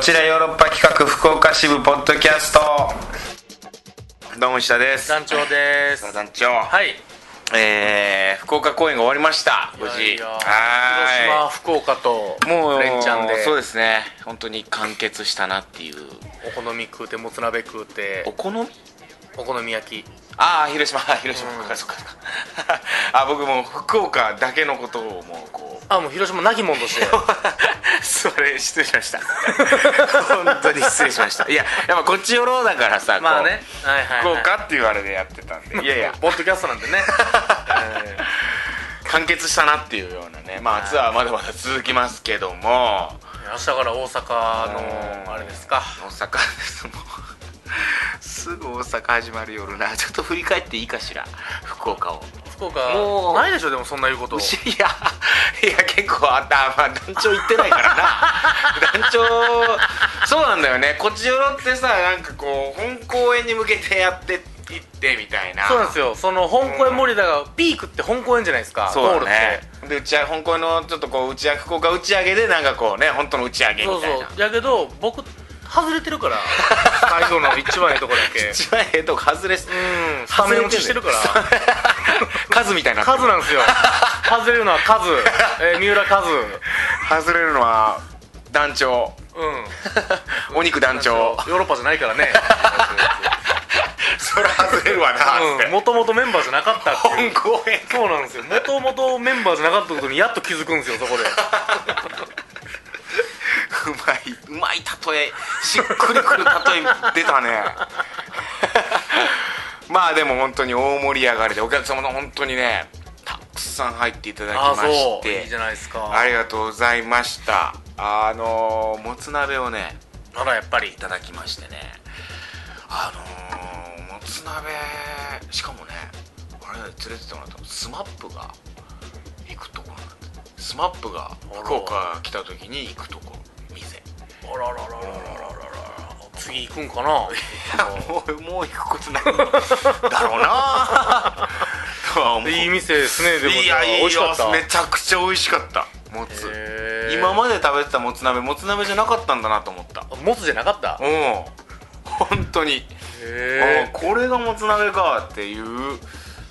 ちらヨーロッパ企画福岡支部ポッドキャストどうも石田です団長です団長はいえー、福岡公演が終わりました無事いやいやは広島福岡とーいもうレンチャンでそうですね本当に完結したなっていうお好み食うてもつ鍋食うてお好みお好み焼きああ広島 あー広島、うんそっかそっかそっかあ僕もう福岡だけのことをもうこう あもう広島なきもんとしてそれ失礼しま した本当に失礼しましたいややっぱこっち寄ろうだからさまあねこはいはうい、福はい、岡っていうあれでやってたん でいやいやポッドキャストなんで ね、え完結したなっていうようなねまあツアーまだまだ続きますけどもー明日から大阪のあれですか大阪ですもうすぐ大阪始まる夜な ちょっと振り返っていいかしら福岡を福もう岡ないでしょでもそんな言うことうち いやいや結構あった、まあ、団長行ってない からな団長そうなんだよねこっち寄ろってさなんかこう本公演に向けてやっていってみたいなそうなんですよその本公演森田がピークって本公演じゃないですかそうゴールだっねてで打ち上げ本公演のちょっとこう打ち上げ福岡打ち上げでなんかこうね本当の打ち上げみたそいうなそうやけど僕外れてる から最後の一番いいとこだけ一番ええとこ外れすうんスタメン落ちしてるから数みたいになってる数なんですよ外れるのは数、えー三浦数外れるのは団長うんお肉団長ヨーロッパじゃないからねそれ外れるわなつってもともとメンバーじゃなかったっていう本公演そうなんですよもともとメンバーじゃなかったことにやっと気づくんですよそこでうまいうまい例えしっくりくる例え出たね まあでも本当に大盛り上がりでお客様の本当にねたくさん入っていただきああまそしういいじてゃないですかありがとうございましたあのもつ鍋をねあらやっぱりいただきましてねあのー、もつ鍋しかもねあれ連れてってもらったのスマップが行くところなんですスマップが福岡来た時に行くところ店あららららららら次行くんかな もうもう行くことないだろうな とは思ういい店ですねでもいやいいよ美味しかっためちゃくちゃ美味しかったもつへー今まで食べてたもつ鍋もつ鍋じゃなかったんだなと思ったあもつじゃなかったうん本当にあへこれがもつ鍋かっていう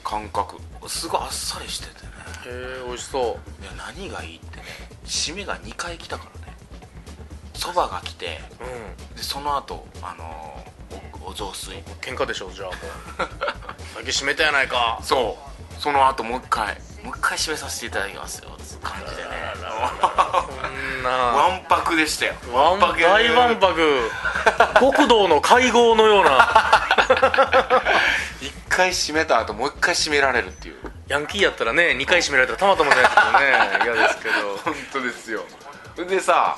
感覚すごいあっさりしててねえへえ美味しそいや何がいいってね締めが2回来たからねそばが来てううんでその後あのーおお雑炊喧嘩でしょ じゃあもう先閉めたやないかそうその後もう一回もう一回締めさせていただきますよつう感じでねそ んなわんぱくでしたよワわンんぱくで大万博極道の会合のような一回締めた後もう一回締められるっていうヤンキーやったらね2回閉められたらたまたまじゃないですけどね嫌ですけ ど本当ですよでさ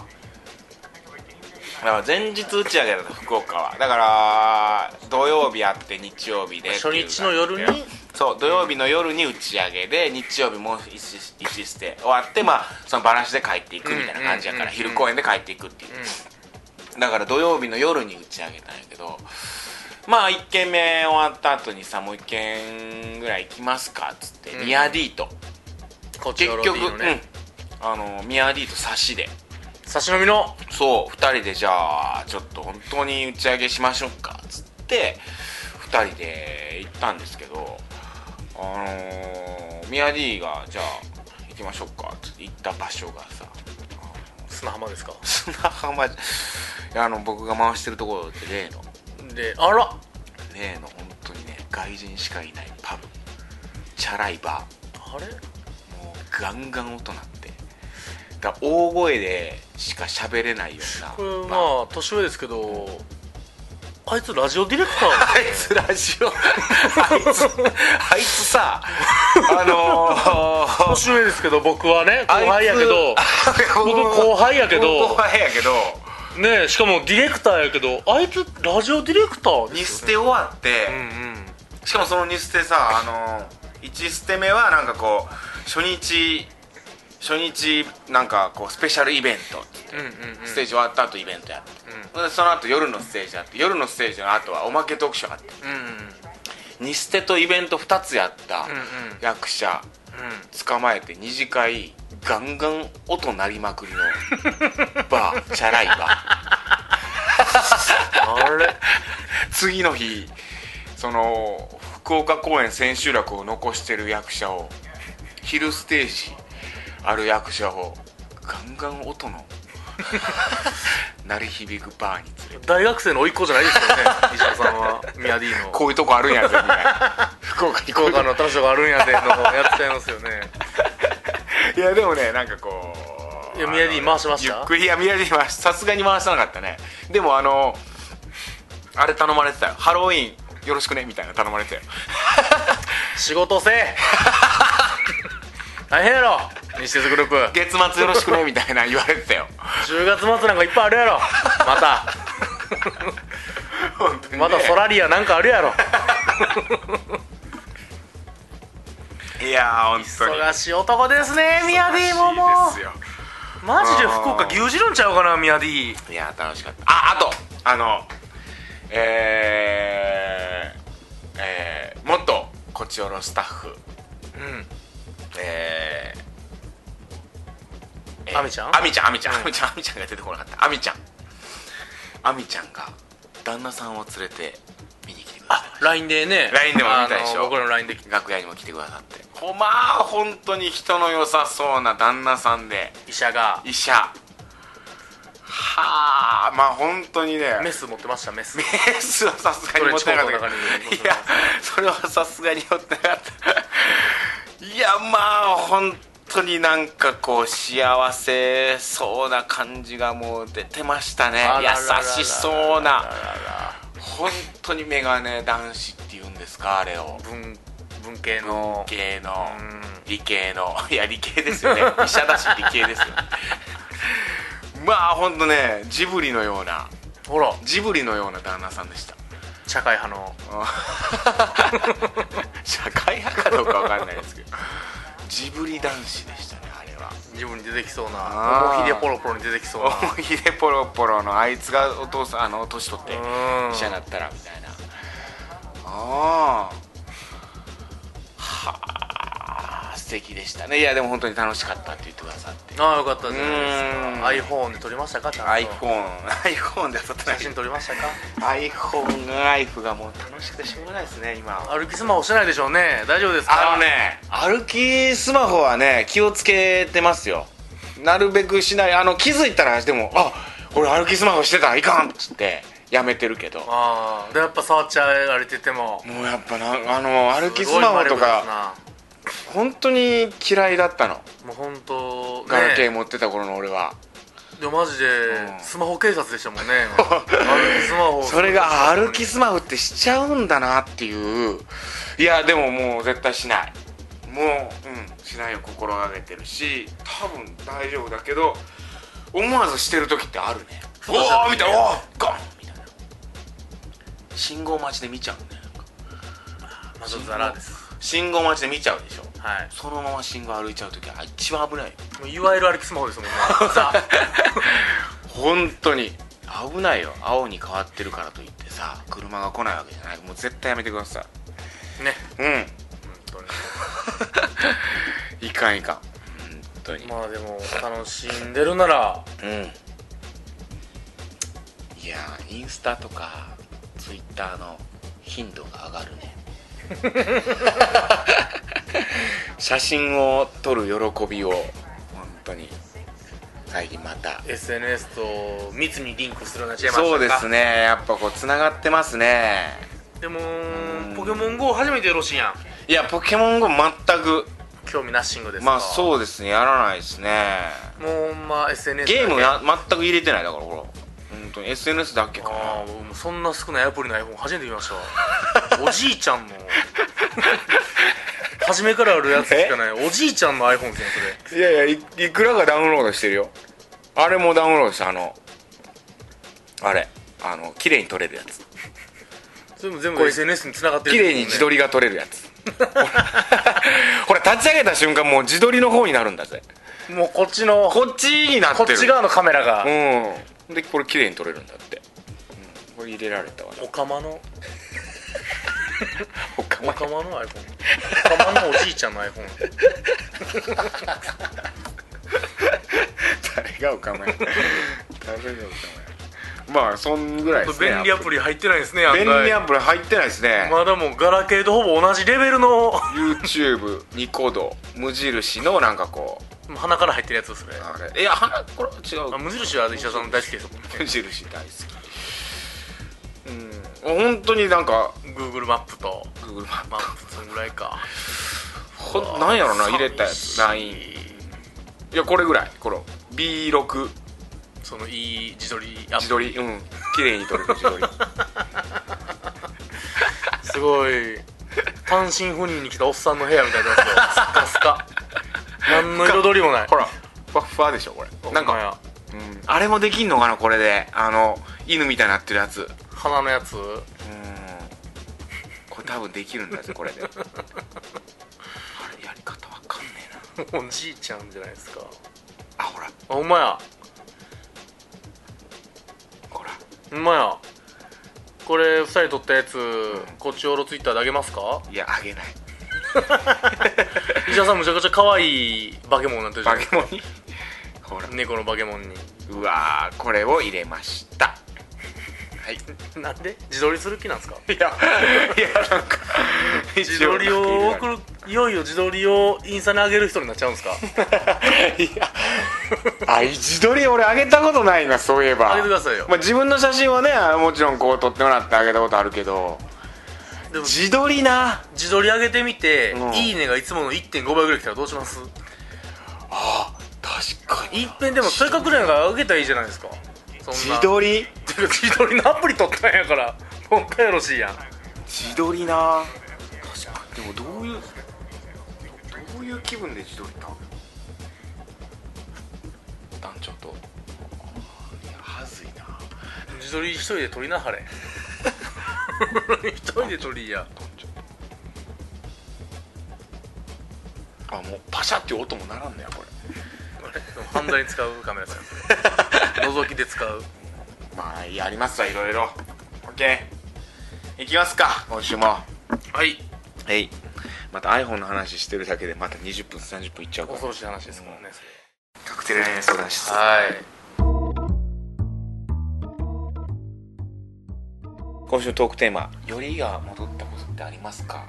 だから前日打ち上げだった福岡はだから土曜日あって日曜日で初日の夜にそう土曜日の夜に打ち上げで日曜日もう一し一ステ終わってまあそのバランスで帰っていくみたいな感じやからうんうんうん昼公演で帰っていくっていうだから土曜日の夜に打ち上げたんやけどまあ1軒目終わった後にさもう1軒ぐらい行きますかっつって、うんミヤディートこっち結のロビ局ーのねうんあのミヤディート差しで差し飲みのそう2人でじゃあちょっと本当に打ち上げしましょうかっつって2人で行ったんですけどあのー、ミヤディがじゃあ行きましょうかっつって行った場所がさ砂浜ですか砂浜いやあの僕が回してるところで例のであら例の本当にね外人しかいないパブチャラいバあれーもうガンガン音鳴ってだから大声でしか喋れないようなこれまバーあ年上ですけどあいつラジオディレクターあいつラジオあいつあいつさあのー、年上ですけど僕はね後輩やけど僕後輩やけど後輩やけどねえしかもディレクターやけどあいつラジオディレクター2でスすよねテ終わって、うんうんしかもその2ステさ、あのー、1ステ目はなんかこう初日初日なんかこうスペシャルイベントうんうんうんステージ終わった後イベントやって、でその後夜のステージあって夜のステージの後はおまけ特集あってうんうん2ステとイベント2つやったうんうん役者、捕まえて二次 会ガンガン音鳴りまくりのバーチャラいバーれ 次の日その福岡公演千秋楽を残してる役者を昼ステージある役者をガンガン音 の鳴り響くバーに連れて大学生の甥っ子じゃないですよね石田さんはミヤディのこういうとこあるんやぜみたいな福岡にこうい 福うとこ岡の他所があるんやでのやっちゃいますよねいやでもねなんかこういやあの宮尻回しましたゆっくりいや宮尻回しさすがに回さなかったねでもあのあれ頼まれてたよハロウィンよろしくねみたいな頼まれてたよ 仕事せえ大変やろ西鉄グループ月末よろしくねみたいな言われてたよ10月末なんかいっぱいあるやろまた 本当にねまだソラリアなんかあるやろいやー本当に忙しい男ですねミヤディも忙しもいですようマジで福岡牛耳るんちゃうかなミヤディいやー楽しかったああとあのえー、えー、元こちおろスタッフうんえーえーアミちゃんアミちゃんアミちゃんうんアミちゃんアミちゃんが出てこなかったアミちゃんアミちゃんが旦那さんを連れて見に来てくださあ LINE でね LINE でも見たでしょあの僕らの LINE でい楽屋にも来てくださってほまあ本当に人の良さそうな旦那さんで医者が医者はあまあ本当にねメス持ってましたメスメスはさすがに持ってなかったけどストレッチいコートの中にやそれはさすがに持ってなかったいやまあ本当になんかこう幸せそうな感じがもう出てましたねあらららら優しそうあらならら本当にメガネ男子っていうんですかあれを文文系の理系のうん理系のいや理系です よね医者だし理系ですよねまあ本当ねジブリのようなほらジブリのような旦那さんでした社会派の 社会派かどうかわかんないですけどジブリ男子でしたねあれは自分に出てきそうあーな重ひでポロポロに出てきそうな思い出ポロポロのあいつがお父さんあの年取ってうん医者になったらみたいなああはあ素敵でしたねいやでも本当に楽しかったって言ってくださってああよかったじゃないですか iPhone で撮りましたかちゃんと iPhoneiPhone で撮ってな写い真撮りましたか iPhone ライフがもう楽しくてしょうがないですね今歩きスマホしてないでしょうね大丈夫ですかあのね歩きスマホはね気をつけてますよなるべくしないあの気づいたらでもあ俺歩きスマホしてたらいかんっつってやめてるけどああでやっぱ触っちゃわれててももうやっぱなあの歩きスマホとか本当に嫌いだったの、すごい丸々ですなもう本当ガラケーね持ってた頃の俺はでもマジんでスマホ警察でしたもんね 歩きスマホそれがあ歩きスマホってしちゃうんだなっていういやでももう絶対しないもううんしないよ心がけてるし多分大丈夫だけど思わずしてる時ってあるねおうですよねおーみたいなおーガンみたいな信号待ちで見ちゃうんだよなんかマジでザラです信号待ちで見ちゃうでしょはいそのまま信号歩いちゃう時は一番危ないよもういわゆる歩きスマホですもんね ザ本当に危ないよ青に変わってるからといってさ車が来ないわけじゃないもう絶対やめてくださねいうん本当にいかんいかん本当にまあでも楽しんでるならうんいやーインスタとかツイッターの頻度が上がる ね写真を撮る喜びを本当に最近また SNS と密にリンクするようになっちゃいましたかそうですねやっぱこうつながってますねでもんポケモン GO 初めてよろしいやんいやポケモン GO 全く興味ナッシングですかまあそうですねやらないですねもうほんま SNS ゲームやや全く入れてないだからほら本当に SNS だけかなああ僕もそんな少ないアプリの iPhone 初めて見ましたわおじいちゃんの 初めからあるやつしかないおじいちゃんの iPhone ですねいやいやいいくらかダウンロードしてるよあれもダウンロードしたあのあれあの綺麗に撮れるやつそれそれも全部 SNS に繋がってる綺麗に自撮りが撮れるやつほら立ち上げた瞬間もう自撮りの方になるんだぜりもうこっちのここっちになってるっち側のカメラがうんでこれ綺麗に撮れるんだって、うん、これ入れられたわなおかまのおかおまかまの iPhone おかまのおじい ちゃんの iPhone 誰がおかまや誰がおかまやまあそんぐらいですね便利アプリ入ってないですね便利アププリ入ってないですね、まだもうガラケーとほぼ同じレベル の YouTube ニコ動無印のなんかこ鼻から入ってるやつですねうあれいや花これ違うあ無印は石田さん大好きですもんね無印大好きうん本当になんか Google マップと Google マップまあそのぐらいかほんなんやろな入れたやつ寂 LINE いやこれぐらいこの B6 そのいい自撮りア自プ撮りうん綺麗に撮れる自 撮りリすごい単身赴任に来たおっさんの部屋みたいなやつよスカスカ何の彩りもないほらふわっふわでしょこれなんほんまか、やうんあれもできんのかなこれであの犬みたいになってるやつ鼻のやつこれ多分できるんだよこれで あれやり方わかんねえなもうじいちゃんじゃないですかあほらあほんまやほらほんまやこれ2人撮ったやつ、こっちおろツイッターであげますかいやあげない石田さんむちゃくちゃ可愛い化け物になってるじゃ化んけ物にほら猫の化け物にうわーこれを入れましたはいなんで自撮りする気なんですかいやいやなんか自撮りを送るいよいよ自撮りをインスタに上げる人になっちゃうんですか いやあ自撮り俺あげたことないなそういえば 上げてくださいよまあ、自分の写真はねあもちろんこう撮ってもらってあげたことあるけどでも自撮りな自撮り上げてみてうん「いいね」がいつもの1.5倍ぐらい来たらどうしますあ確かいっぺんでもせっかくなんから上げたらいいじゃないですかそんな自撮りてか 自撮りのアプリ取ったんやからもう一回よろしいやん自撮りな確かにでもどういうどういう気分で自撮りた団長といやはずいな自撮り一人で撮りなはれ一人で撮りや団長あもうパシャっていう音もならんねやこれ犯罪に使うカメラさん 覗きで使うまあやりますわいろいろ OK いきますか今週もはいえいまた iPhone の話してるだけでまた20分30分いっちゃうから恐ろしい話ですからねそれカクテル恋愛相談室はい今週のトークテーマ「よりが戻ったことってありますか?」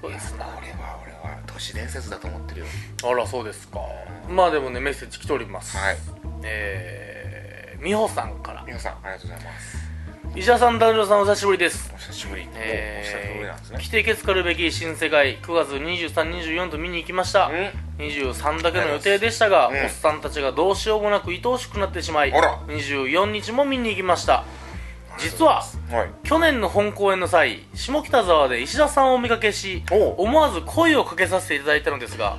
そうですいや俺は俺は都市伝説だと思ってるよあらそうですかまあでもねメッセージ来ておりますはいえー、美穂さんから皆さんありがとうございます石田さん男女さんお久しぶりですお久しぶり、えお久しぶりなんですー、ね来てけつかるべき新世界9月2324と見に行きました23だけの予定でしたが、うんおっさんたちがどうしようもなく愛おしくなってしまいあら24日も見に行きました実ははい去年の本公演の際下北沢で石田さんをお見かけしおう思わず声をかけさせていただいたのですが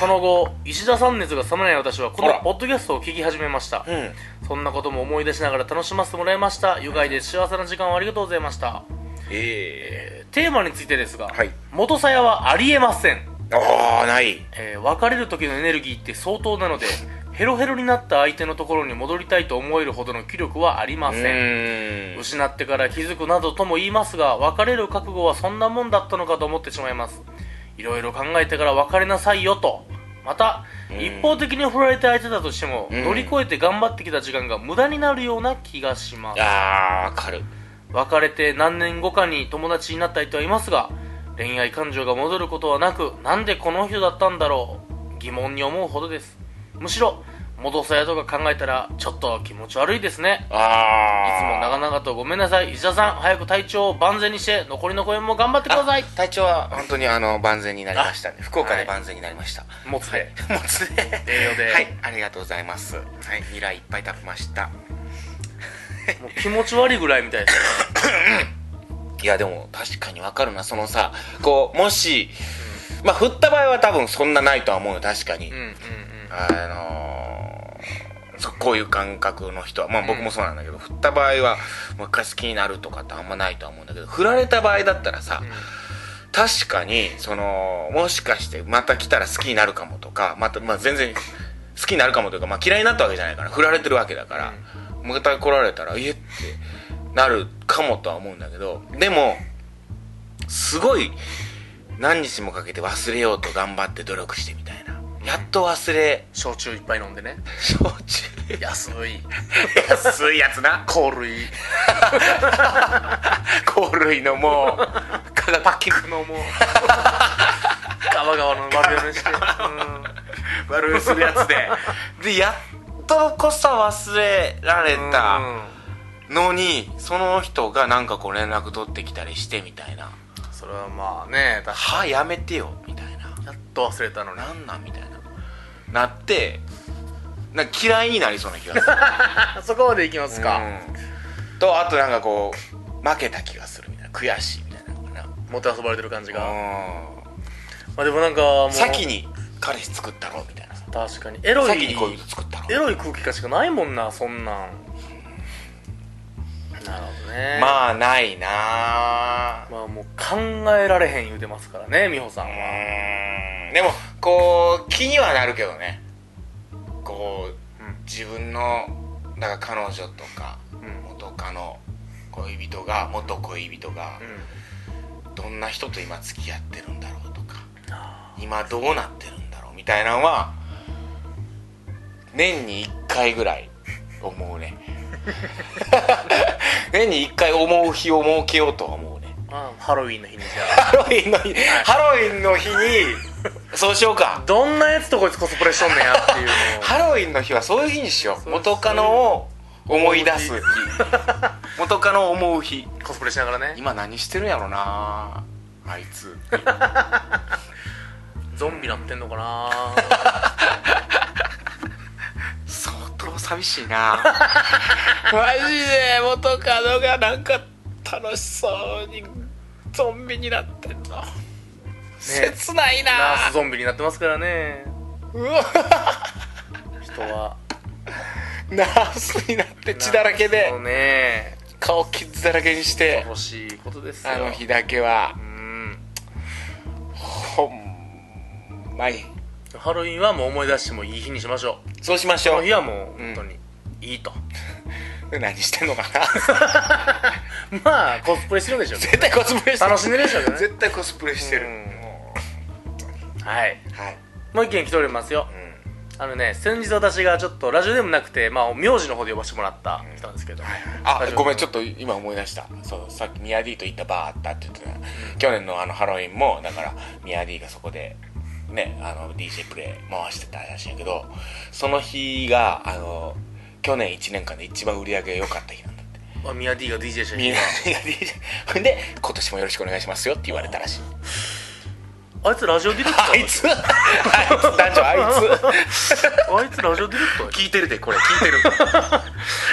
その後石田さん熱が冷めない私はこあのらポッドキャストを聞き始めましたうんそんなことも思い出しながら楽しませてもらいました愉快で幸せな時間をありがとうございました、ええーテーマについてですが、はい元さやはありえませんー、ああないえー別れる時のエネルギーって相当なの でヘロヘロになった相手のところに戻りたいと思えるほどの気力はありまうせんーん失ってから気づくなどとも言いますが別れる覚悟はそんなもんだったのかと思ってしまいますいろいろ考えてから別れなさいよとまたうん一方的に振られて相手だとしてもうん乗り越えて頑張ってきた時間が無駄になるような気がしますあーわかる別れて何年後かに友達になった人はいますが恋愛感情が戻ることはなくなんでこの人だったんだろう疑問に思うほどですむしろ戻さやとか考えたらちょっと気持ち悪いですねいあつも長々とごめんなさい石田さん早く体調を万全にして残りの公演も頑張ってください体調は本当にあの万全になりましたね福岡はでい万全になりました、もつで もうすで栄養ではいありがとうございますはいニラいっぱい食べました もう気持ち悪いぐらいみたいですいやでも確かにわかるなそのさこうもし、まあ振った場合は多分そんなないとは思うよ確かに、 うんうんうんあのーそうこういう感覚の人はまあ僕もそうなんだけど、振った場合はもう一回好きになるとかってあんまないとは思うんだけど振られた場合だったらさ、確かにそのもしかしてまた来たら好きになるかもとかまた、まあ、全然好きになるかもというか、まあ、嫌いになったわけじゃないから振られてるわけだから、また来られたらえってなるかもとは思うんだけどでもすごい何日もかけて忘れようと頑張って努力してみたいなうんやっと忘れ焼酎いっぱい飲んでね焼酎安い安いやつな香類香類のもうかがパッキングのもう川川の丸めに して、うん悪いするやつででやっとこそ忘れられたのにその人がなんかこう連絡取ってきたりしてみたいなうんそれはまあね「だはやめてよ」みたいなやっと忘れたの「になんなん?」みたいななってなんか嫌いになりそうな気がするあ そこまでいきますか、うんとあとなんかこう負けた気がするみたいな悔しいみたいなのかなもてあそばれてる感じが、うまあ、でもなんかもうん先に彼氏作ったろみたいなさ確かにエロい先に恋人作ったろエロい空気感しかないもんなそんなんなるほどねまあないなあまあもう考えられへん言うてますからね美穂さんはうーんでもこう気にはなるけどねこう、うん自分のだから彼女とか、ん元カノ恋人が元恋人がう、んどんな人と今付き合ってるんだろうとかあ今どうなってるんだろうみたいなのは年に1回ぐらい思うね 年に1回思う日を設けようとは思うねーまあ ハロウィンの日にじゃハロウィンの日ハロウィンの日にそうしようかあどんなやつとこいつコスプレしとんねんやっていうのをハロウィンの日はそういう日にしようそう元カノを思い出す思う日元カノを思う日 コスプレしながらね今何してるんやろなあいつゾンビなってんのかな 相当寂しいな マジで元カノがなんか楽しそうにゾンビになってんの、切ないナーなスゾンビになってますからねうわ人はナースになって血だらけでそうね顔傷だらけにして欲しいことですよあの日だけはうんほんまにハロウィンはもう思い出してもいい日にしましょうそうしましこょのう日はもう本当にいいと、 何してんのかな まあコスプレしてるんでしょうね絶対コスプレしてる楽しんでるでしょうね絶対コスプレしてるうんもはい。うはいもう一件来ておりますよ。あのね、先日私がちょっとラジオでもなくて、まあ、名字の方で呼ばせてもらった人なんですけど。あごめんちょっっと今思い出したそうさっきミヤディと行ったバーあったって言ってたな去年のあのハロウィンもだからミヤディがそこでねあの DJ プレイ回してたらしいんやけどその日があの去年1年間で一番売り上げ良かった日なんだってと。あミヤ D が DJ してミヤる。ディが DJ ほんで今年もよろしくお願いしますよって言われたらしいあいつラジオディレクターあいつあいつ男女あいつあいつラジオディレクター聞いてるでこれ聞いてる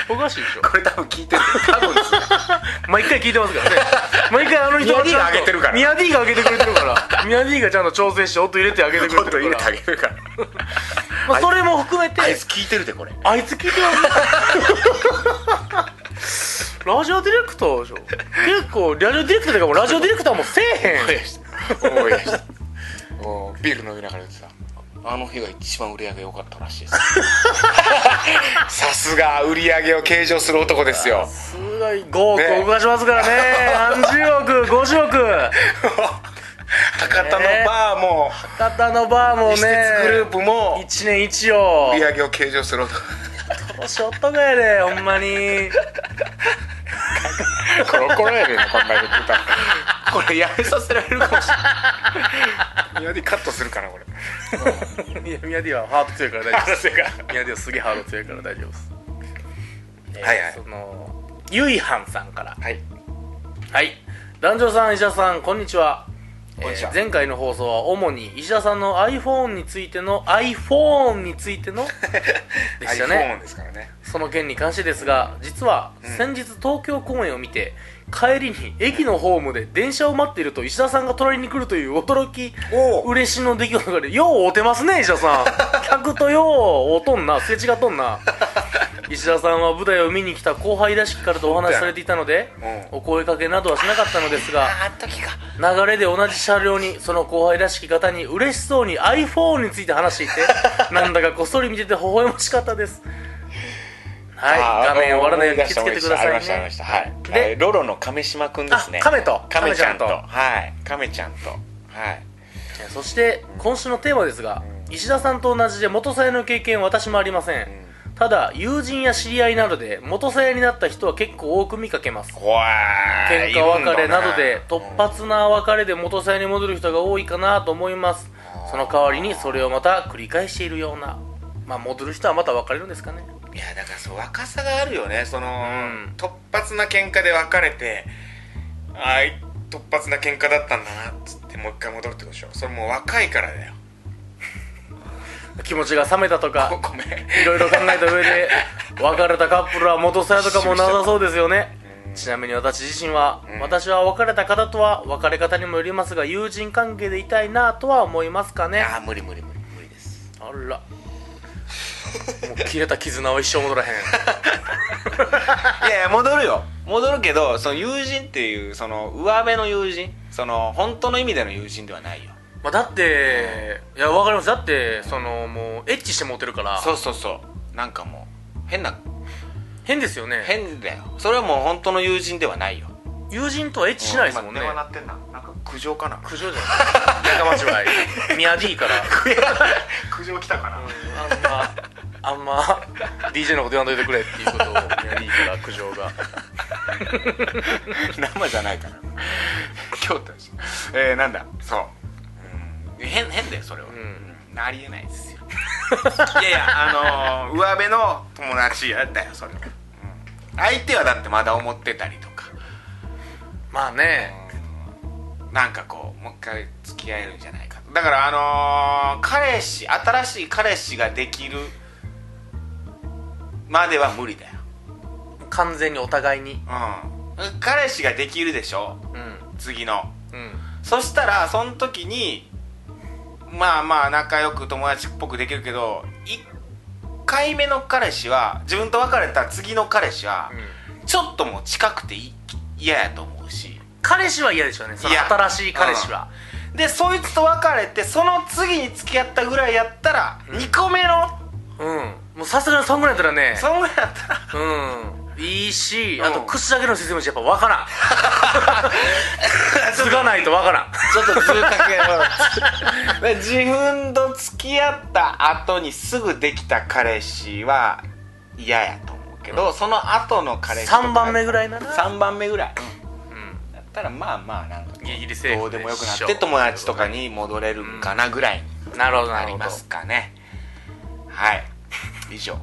おかしいでしょ。 これ多分聞いてるで多分ですね毎回聞いてますからね。毎回あの人ミヤ D が上げてるからミヤ D が上げてくれてるから。ミヤ D がちゃんと調整して音入れてあげてくれてる今か度ら。入れてあげるからまあ、それも含めて、あいつ聞いてるでこれあいつ聞いて ます。ラジオディレクターでしょ結構ラジオディレクターとかもラジオディレクターもせえへん思い出した思い出したおービール飲みながら言ってたあの日が一番売り上げ良かったらしいですさすが売り上げを計上する男ですよすごい5億動かしますからね何十億50億博多のバーも博多のバーも施設グルーねプも一年一応売り上げを計上する男年おっとがやでほんまにコロコロやねんなこんなに言ってたらこれやめさせられるかもしれないいやでカットするかなこれ いや宮地はハート強いから大丈夫です汗が宮地はすげえハート強いから大丈夫ですえーはいはいそのゆいはんさんからはいはい男女さん石田さんこんにちはこんにちはえー前回の放送は主に石田さんの iPhone についての iPhone について のでしたね iPhone ですからねその件に関してですが実は先日東京公演を見て、帰りに駅のホームで電車を待っていると石田さんが隣に来るという驚きおう嬉しの出来事がありよう会うてますね石田さん客とよう会うとんなすれ違っとんな石田さんは舞台を見に来た後輩らしきからとお話しされていたので、うお声かけなどはしなかったのですがあの時か流れで同じ車両にその後輩らしき方に嬉しそうに iPhone について話していてなんだかこっそり見てて微笑ましかったですはいあー画面終わらないように思気出したをつけてくださ思い出したありまねしたありましたはいではいロロの亀島くんですねあ亀と亀ちゃんと亀ちゃんはい亀ちゃんとはいそして今週のテーマですが、ん石田さんと同じで元さやの経験は私もありません、ただ友人や知り合いなどで元さやになった人は結構多く見かけます怖い喧嘩別れなどいるんでだね突発な別れで元さやに戻る人が多いかなと思いますその代わりにそれをまた繰り返しているようなまあ戻る人はまた別れるんですかねいやだからそう若さがあるよねその、ん突発な喧嘩で別れてああい突発な喧嘩だったんだなっつってもう一回戻るってことでしょそれもう若いからだよ気持ちが冷めたとごかごめんいろいろ考えた上 で別れたカップルは元さやとかもなさそうですよねうんちなみに私自身は、うん私は別れた方とは別れ方にもよりますが友人関係でいたいなとは思いますかねああ無理無理無理無理ですあら もう切れた絆は一生 戻らへんいやいや戻るよ戻るけどその友人っていうその上辺の友人その本当の意味での友人ではないよまあ、だって、いやわかりますだってそのもうエッチして持ってるからそうそうそうなんかもう変な変ですよね変だよそれはもう本当の友人ではないよ友人とはエッチしないですもんね今電話鳴ってんななんか苦情かな苦情じゃない仲間 違いミヤディから 苦情来たかなあんまあんま DJ のこと言わんといてくれっていうことをミヤディから苦情が 生じゃないかな 京都だしえー、なんだそう、うん、変変だよそれは、うんなりえない ですよいやいやあのー、上辺の友達だったよそれは、うん相手はだってまだ思ってたりとかまあねなんかこうもう一回付き合えるんじゃないかだからあのー、彼氏新しい彼氏ができるまでは無理だよ完全にお互いにうん彼氏ができるでしょうん次のうんそしたらその時にまあまあ仲良く友達っぽくできるけど1回目の彼氏は自分と別れた次の彼氏はちょっともう近くてい嫌やと思うし彼氏は嫌でしょうねそいのや新しい彼氏はでそいつと別れてその次に付き合ったぐらいやったら2個目の、うんもうさすがにそんぐらいだったらねそんぐらいやったらうんいいし、うんあと口だけの説明じゃやっぱわからん 継がないとわからんちょっと住宅 やろ自分と付き合った後にすぐできた彼氏は嫌やと思うけど、その後の彼氏とか3番目ぐらいなら3番目ぐらいうんだったらまあまあなんかギリギリセーフどうでもよくなって友達とかに戻れるかなぐらいになるほどななるりほどますかねはい以 上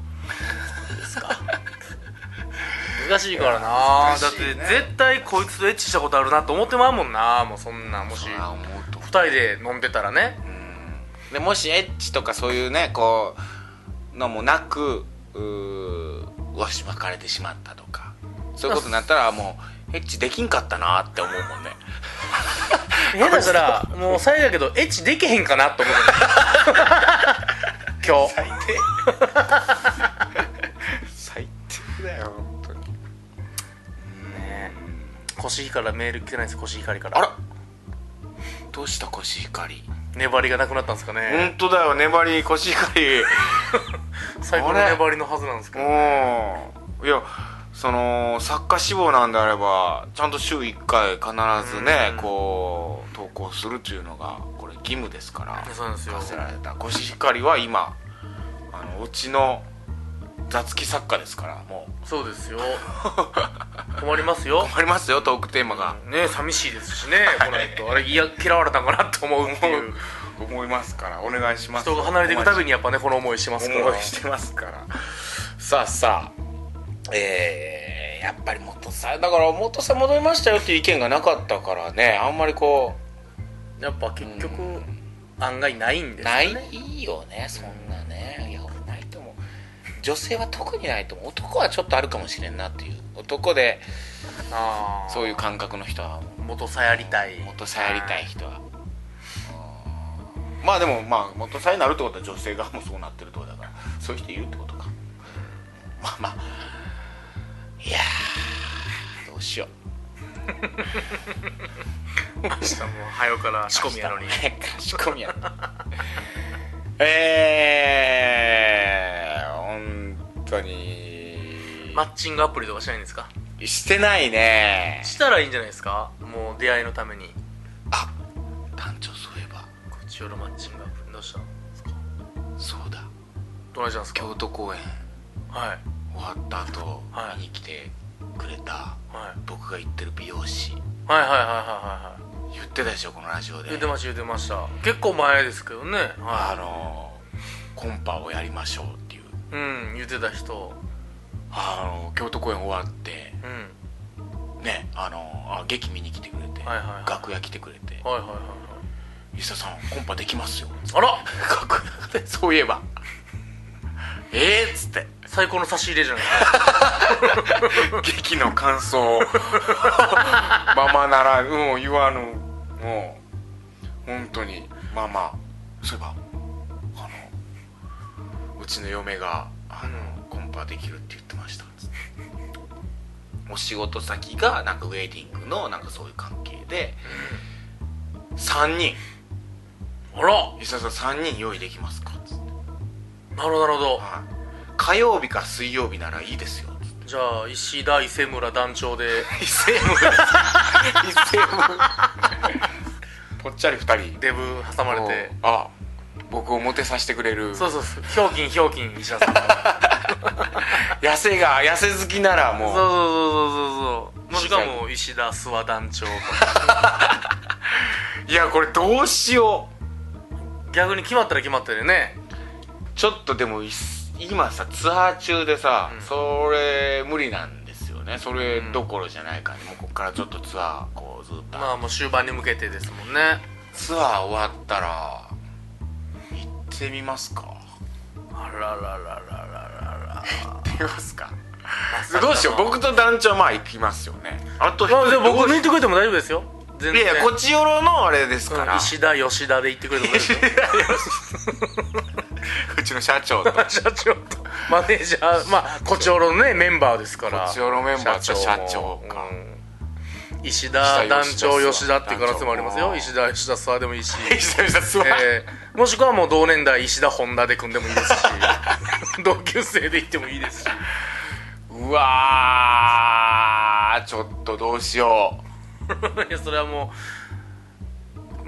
難しいからな難だっしていね絶対こいつとエッチしたことあるなと思ってまうもんなもうそんなんもしそうは思うと2人で飲んでたらねでもしエッチとかそういうねこうのもなくうーわし別れてしまったとかそういうことになったらもうエッチできんかったなって思うもんね下手したらもう最悪やけどエッチできへんかなと思ってた今日最低だよ本当にねコシヒカリからメール来てないですコシヒカリからあらどうしたコシヒカリ粘りがなくなったんですかね当だよ粘りコシヒカリ最高のあれ粘りのはずなんですけどうんいやその作家志望なんであればちゃんと週1回必ずね、うんこう投稿するっていうのがこれ義務ですからそうなんですよ課せられたコシヒカリは今あのうちの雑記作家ですからもうそう ですよ困りますよ困りますよトークテーマが、ね寂しいですしね来ないとあれいや嫌われたんかなと思うっていう思いますからお願いします人が離れていくたびににやっぱねこの思いしますから思いしてますからさあさあえー、やっぱり元さだから元さ戻りましたよっていう意見がなかったからねあんまりこうやっぱ結う局ん案外ないんですよなねいよねそんなねいや俺ないと思う女性は特にないと思う男はちょっとあるかもしれんなっていう男であーそういう感覚の人は元さやりたい元さやりたい人はまあでもまあ元さやになるってことは女性がもうそうなってるってことだからそういう人いるってことかまあまあいやーどうしよう 明日もう早うから仕込みやのに仕込みやのに えー本当にマッチングアプリとかしないんですかしてないねしたらいいんじゃないですかもう出会いのためにあ団長そういえばこっちよりマッチングアプリどうしたんですかそうだどないしたんですか京都公演はい終わった後、はい見に来てくれたはい僕が言ってる美容師はいはいはいはいはいはい言ってたでしょこのラジオで言ってました言ってました結構前ですけどねあはのコンパをやりましょうっていういうん言ってた人あの京都公演終わってうんねあのあ劇見に来てくれて、はいはいはい楽屋来てくれてはいはいはいは「い石田さんコンパできますよ」 あら楽屋でそういえば「えーっ?」つって最高の差し入れじゃない劇の感想ままならぬもう言わぬもう本当にままそういえばあのうちの嫁があのコンパできるって言ってましたつってお仕事先がなんかウェディングのなんかそういう関係で3人あら石田さん3人用意できますかつってなるほどなるほどはい火曜日か水曜日ならいいですよつってじゃあ石田伊勢村団長で伊勢も伊勢もぽっちゃり2人デブ挟まれてあ僕をモテさせてくれるそうそうそうひょうきんひょうきん石田さん 痩せが痩せ好きならそうもうそうそうそうそうそうしかも石田諏訪団長いやこれどうしよ逆に決まったら決まったでねちょっとでもい今さツアー中でさ、うんそれ無理なんですよねそれどころじゃないから、ねもうこっからちょっとツアーこうずっと、まあもう終盤に向けてですもんねツアー終わったら行ってみますかあららららららら行ってみますか らどうしよう僕と団長まあ行きますよねあと一まあで人も僕どう抜しいてくれても大丈夫ですよ全い然やいやこっちよろのあれですから、うん石田吉田で言ってくれても大丈夫ですようちの社長 と社長とマネージャーまあコチョロのねメンバーですからコチョロメンバーと社長もかうん石田団長吉吉田田っていう可能性もありますよ団長石田吉田諏訪でもいい し久々すまんえーもしくはもう同年代石田本田で組んでもいい ですし同級生で行ってもいいですし うわーちょっとどうしよいやそれはもう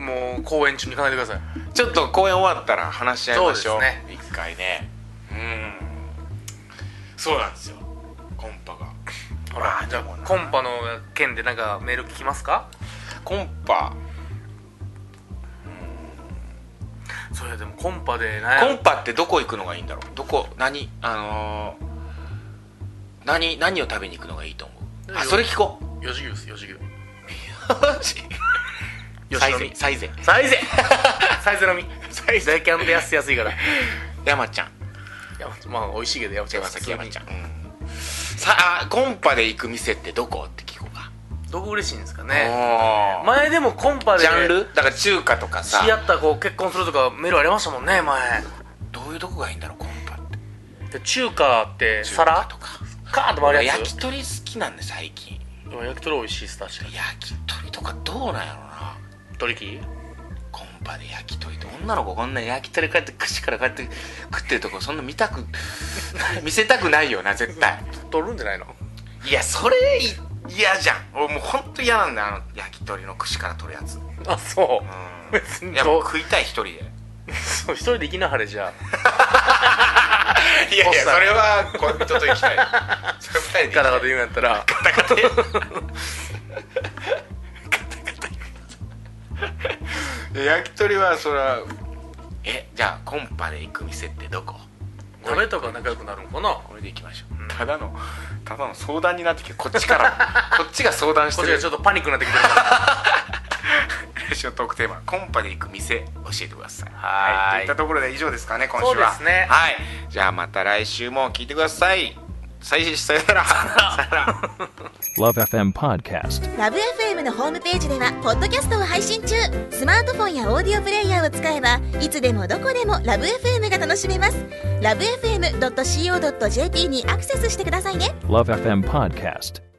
もう公演中に考えてくださいうちょっと公演終わったら話し合いましょうそうです一回ねうんそうなんですよコンパがほらじゃあコンパの件でなんかメール聞きますかコンパそうやでもコンパでねコンパってどこ行くのがいいんだろうどこ何あのー、何何を食べに行くのがいいと思うあそれ聞こ う四次牛です四次牛サイゼサイゼサ イゼサイゼ飲みサイゼキャンで安い安いからい山ちゃんやまあ美味しいけどやっぱ山崎山ちゃん、うん、さあコンパで行く店ってどこって聞こうかどこ嬉しいんですかねね前でもコンパでジャンルだから中華とか知り合さった子結婚するとかメールありましたもんね前どういうとこがいいんだろうコンパってで中華って中華皿とかカーンと回るや焼つき鳥好きなんで最近でも焼き鳥美味しいっす確かに焼き鳥とかどうなんやろな鳥木コンパで焼き鳥って女の子こんな焼き鳥こうやって串からこうやって食ってるとこそんな見た く見せたくないよな絶対取るんじゃないのいやそれい嫌じゃん俺もうほんと嫌なんだよあの焼き鳥の串から取るやつうんあそう別にいやもうど食いたい一人でいやそう一人で行きなはれじゃあいやそれはこうちょっ と行きたいそれ二人で行きたガいタガタ言うんやったら焼き鳥はそれはえじゃあコンパで行く店ってどこ鍋とか仲良くなるのかなこれで行きましょう、ただのただの相談になってきてこっちから こっちが相談しこてっちがるちょっとパニックになってきてるから来週のトークテーマコンパで行く店教えてくださいはーいといったところで以上ですかね今週はそうですねはいじゃあまた来週も聞いてくださ いさいさよならさよなら Love FM Podcast. ラブ f m のホームページではポッドキャストを配信中スマートフォンやオーディオプレイヤーを使えばいつでもどこでもラブ f m が楽しめますラブ FM.co.jp にアクセスしてくださいね Love FM Podcast.